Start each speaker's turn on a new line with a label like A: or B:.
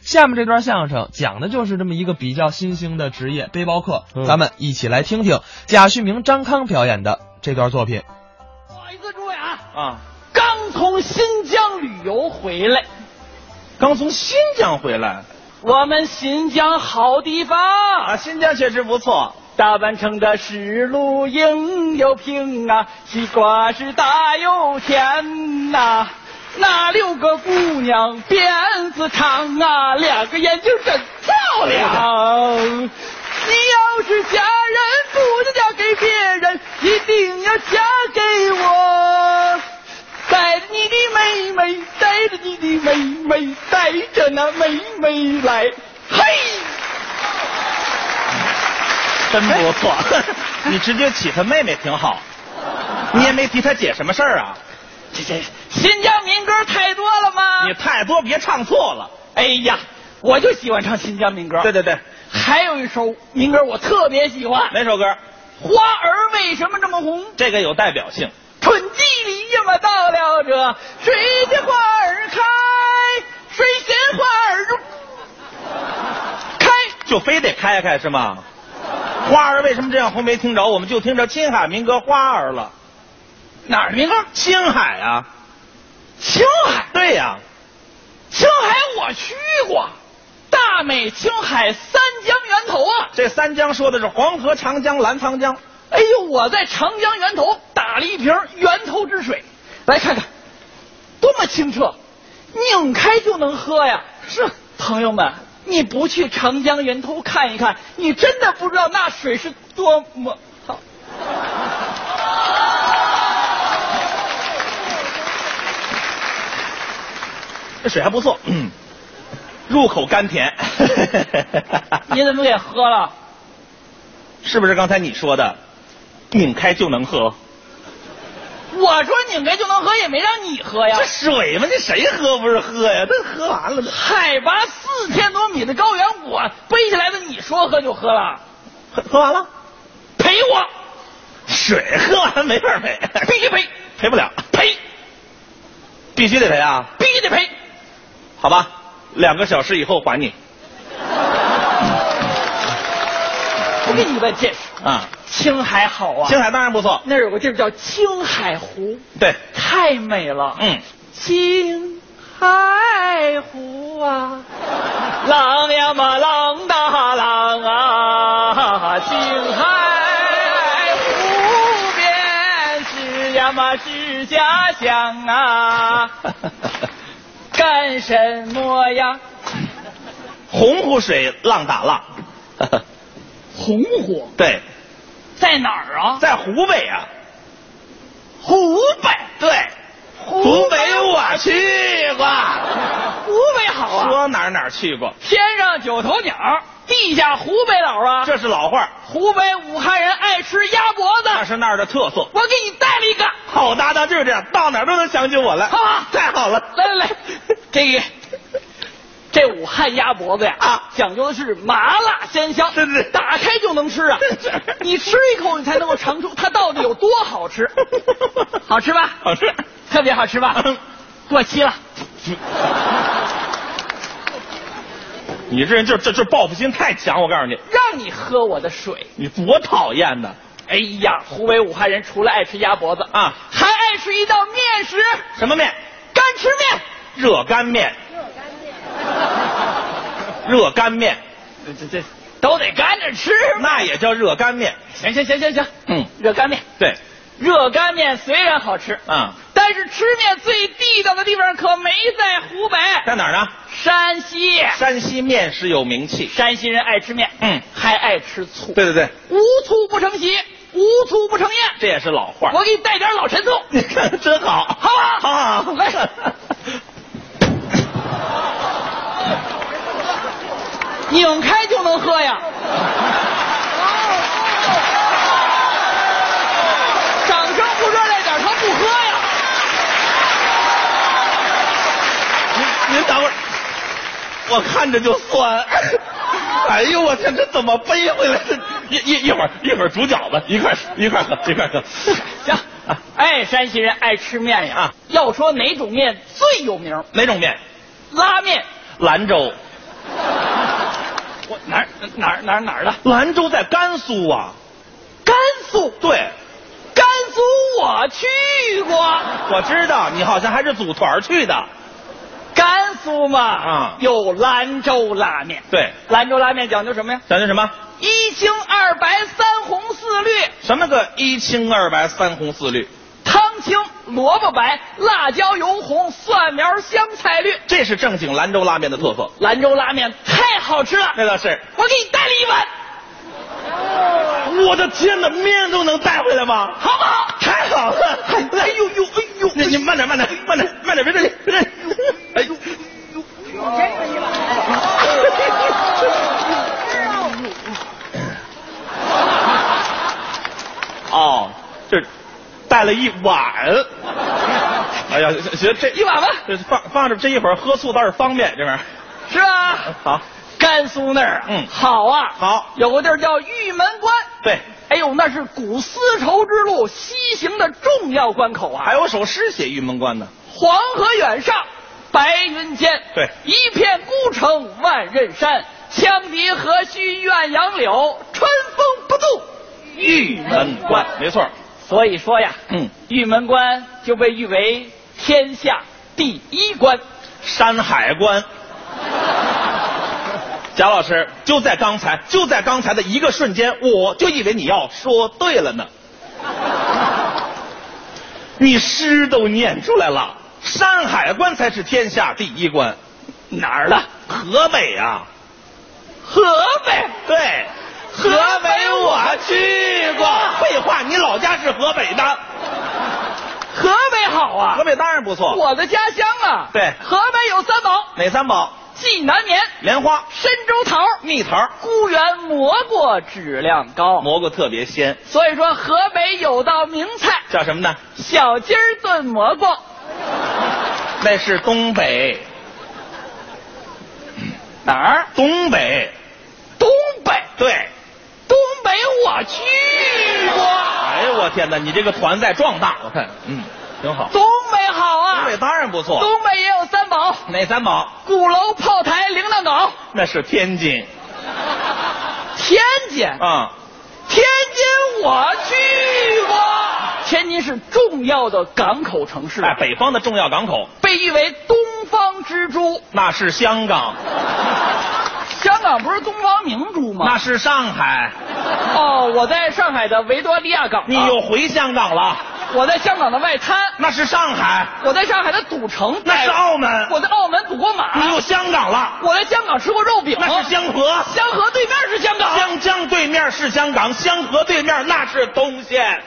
A: 下面这段相声讲的就是这么一个比较新兴的职业——背包客。
B: 嗯
A: 咱们一起来听听贾旭明、张康表演的这段作品。
C: 不好意思，诸位啊，
B: 啊，
C: 刚从新疆旅游回来，
B: 刚从新疆回来
C: 我们新疆好地方，
B: 啊，新疆确实不错。
C: 大半城的石路硬又平啊，西瓜是大又甜呐、那六个姑娘辫子长啊，两个眼睛真漂亮。你要是嫁人，不能嫁给别人，一定要嫁给我。带着你的妹妹，带着你的妹妹，带着那妹妹来，嘿。
B: 真不错，你直接起他妹妹挺好，你也没提他姐什么事儿啊？
C: 这这新疆民歌太多了吗？
B: 你太多别唱错了。
C: 哎呀，我就喜欢唱新疆民歌。
B: 对，对对，
C: 还有一首民歌我特别喜欢，
B: 哪首歌？
C: 花儿为什么这么红？
B: 这个有代表性。
C: 春季里呀嘛到了这，水仙花儿开，水仙花儿就开。
B: 就非得开开是吗？花儿为什么这样红没听着？我们就听着青海民歌《花儿》了。
C: 哪儿的民歌？
B: 青海啊，
C: 青海，
B: 对呀、
C: 青海我去过，大美青海三江源头啊。
B: 这三江说的是黄河、长江、澜沧江。
C: 哎呦，我在长江源头打了一瓶源头之水，来看看，多么清澈，拧开就能喝呀！是，朋友们，你不去长江源头看一看，你真的不知道那水是多么好。
B: 这水还不错，嗯，入口甘甜。
C: 你怎么给喝了？
B: 是不是刚才你说的，拧开就能喝？
C: 我说拧开就能喝，也没让你喝呀
B: 这。水嘛，这谁喝不是喝呀？这喝完了，
C: 海拔四千多米的高原，我背下来的，你说喝就喝了，
B: 喝喝完了，
C: 赔我，
B: 水喝完没法赔，
C: 必须赔，
B: 赔不了，
C: 赔，
B: 必须得赔啊！
C: 必须得赔。
B: 好吧，两个小时以后还你
C: 我给你个解释。
B: 啊。
C: 青海好啊，
B: 青海当然不错，
C: 那儿有个地儿叫青海湖，
B: 对，
C: 太美了。
B: 嗯，
C: 青海湖啊，浪呀嘛浪大浪啊，青海湖边是呀嘛是家乡啊，干什么呀？
B: 洪湖水浪打浪，
C: 洪湖
B: 对，
C: 在哪儿啊？
B: 在湖北啊，
C: 湖北，
B: 对，
C: 湖
B: 我去过，
C: 湖北好啊。
B: 说哪儿哪儿去过，
C: 天上九头鸟，地下湖北佬啊！
B: 这是老话儿，
C: 湖北武汉人爱吃鸭脖子，
B: 那是那儿的特色。
C: 我给你带了一个，
B: 好搭档就是这样，到哪儿都能想起我来，
C: 好吧
B: 太好了，
C: 来来来，这个这武汉鸭脖子呀，
B: 啊
C: 讲究的是麻辣鲜香，
B: 对对对
C: 打开就能吃啊
B: 真是，
C: 你吃一口你才能够尝出它到底有多好吃， 好吃吧？
B: 好吃。
C: 特别好吃吧
B: 嗯？
C: 过期了，
B: 你这人就这这报复心太强，我告诉你，
C: 让你喝我的水。
B: 你多讨厌呢！
C: 哎呀，湖北武汉人除了爱吃鸭脖子
B: 啊
C: 还爱吃一道面食
B: 什么面？
C: ——干吃面。
B: 热干面。 热干面，
C: 这这这都得干着吃嘛。
B: 那也叫热干面。
C: 行行行行行，
B: 嗯
C: 热干面，
B: 对，
C: 热干面虽然好吃，
B: 嗯，
C: 但是吃面最地道的地方可没在湖北，
B: 在哪儿呢？
C: 山西，
B: 山西面食有名气。
C: 山西人爱吃面，
B: 嗯
C: 还爱吃醋，
B: 对对对，
C: 无醋不成席，无醋不成宴。
B: 这也是老话儿。
C: 我给你带点 老陈醋，
B: 你看真好，
C: 好不好？
B: 好好啊好，
C: 来拧开就能喝呀。掌声不热烈点，他不喝呀。
B: 您您等会儿，我看着就酸。哎呦我天，这怎么背回来的？一一一会儿一会儿煮饺子，一块儿一块儿喝，一块儿喝。
C: 行，哎，山西人爱吃面呀。
B: 啊
C: 要说哪种面最有名，
B: 哪种面？
C: 拉面、
B: 兰州。
C: 我哪儿哪儿哪儿哪儿的？
B: 兰州在甘肃啊，
C: 甘肃，
B: 对，
C: 甘肃我去过。
B: 我知道你好像还是组团儿去的，
C: 甘肃嘛，
B: 啊
C: 有兰州拉面。
B: 对，
C: 兰州拉面讲究什么呀？
B: 讲究什么？
C: 一清二白三红四绿，
B: 什么个一清二白三红四绿？
C: 汤清萝卜白，辣椒油红，蒜苗香菜绿。
B: 这是正经兰州拉面的特色。
C: 兰州拉面太好吃了，
B: 那倒是。
C: 我给你带了一碗，
B: 我的天哪，面都能带回来吗？
C: 好不好？
B: 太好了！哎呦呦，哎呦，你你慢点，慢点，慢点，慢点，别着急，别着急。哎呦，哦，这带了一碗。哎呀，行，这
C: 一碗吧。
B: 这放放着，这一会儿喝醋倒是方便，这边
C: 是啊，
B: 好，
C: 甘肃那儿，
B: 嗯
C: 好啊，
B: 好
C: 有个地儿叫玉门关。
B: 对，
C: 哎呦，那是古丝绸之路西行的重要关口啊！
B: 还有首诗写玉门关呢。
C: 黄河远上，白云间。
B: 对
C: 一片孤城万仞山，羌笛何须怨杨柳，春风不度玉门关。
B: 没错。
C: 所以说呀，
B: 嗯，
C: 玉门关就被誉为天下第一关。
B: 山海关。 贾老师，就在刚才，就在刚才的一个瞬间，我就以为你要说对了呢。 你诗都念出来了，山海关才是天下第一关，
C: 哪儿的？
B: 河北啊。
C: 河北。
B: 对，河北我去过。废话，你老家是河北的，
C: 啊河北好啊，
B: 河北当然不错。
C: 我的家乡啊。
B: 对
C: 河北有三宝：
B: 哪三宝？
C: 济南棉、
B: 莲花、
C: 深州桃、
B: 蜜桃，
C: 沽源蘑菇，质量高。
B: 蘑菇特别鲜，
C: 所以说，河北有道名菜
B: 叫什么呢？
C: 小鸡儿炖蘑菇，
B: 那是东北，
C: 哪儿？
B: 东北，
C: 东北，
B: 对。
C: 东北我去过，
B: 哎呦我天哪，你这个团在壮大，我看，嗯，挺好。
C: 东北好
B: 东
C: 啊
B: 北，当然不错，
C: 东北也有三宝：
B: 哪三宝？
C: 鼓楼、炮台、铃铛镐。
B: 那是天津
C: 天津，
B: 啊、
C: 天津我去过，天津是重要的港口城市，
B: 哎，北方的重要港口，
C: 被誉为东方之珠。
B: 那是香港，
C: 香港不是东方明珠
B: 那
C: 吗？
B: 是上海。
C: 哦，我在上海的维多利亚港啊，
B: 你又回香港了，
C: 我在香港的外滩，
B: 那是上海，
C: 我在上海的赌城
B: 那
C: 待
B: 是
C: 过，
B: 澳门。
C: 哎我在哦澳门赌过马，
B: 你又香港了，
C: 我在香港吃过肉饼，
B: 那是香河。
C: 香河对面是香港，
B: 香江对面是香港，香河对面那是东线。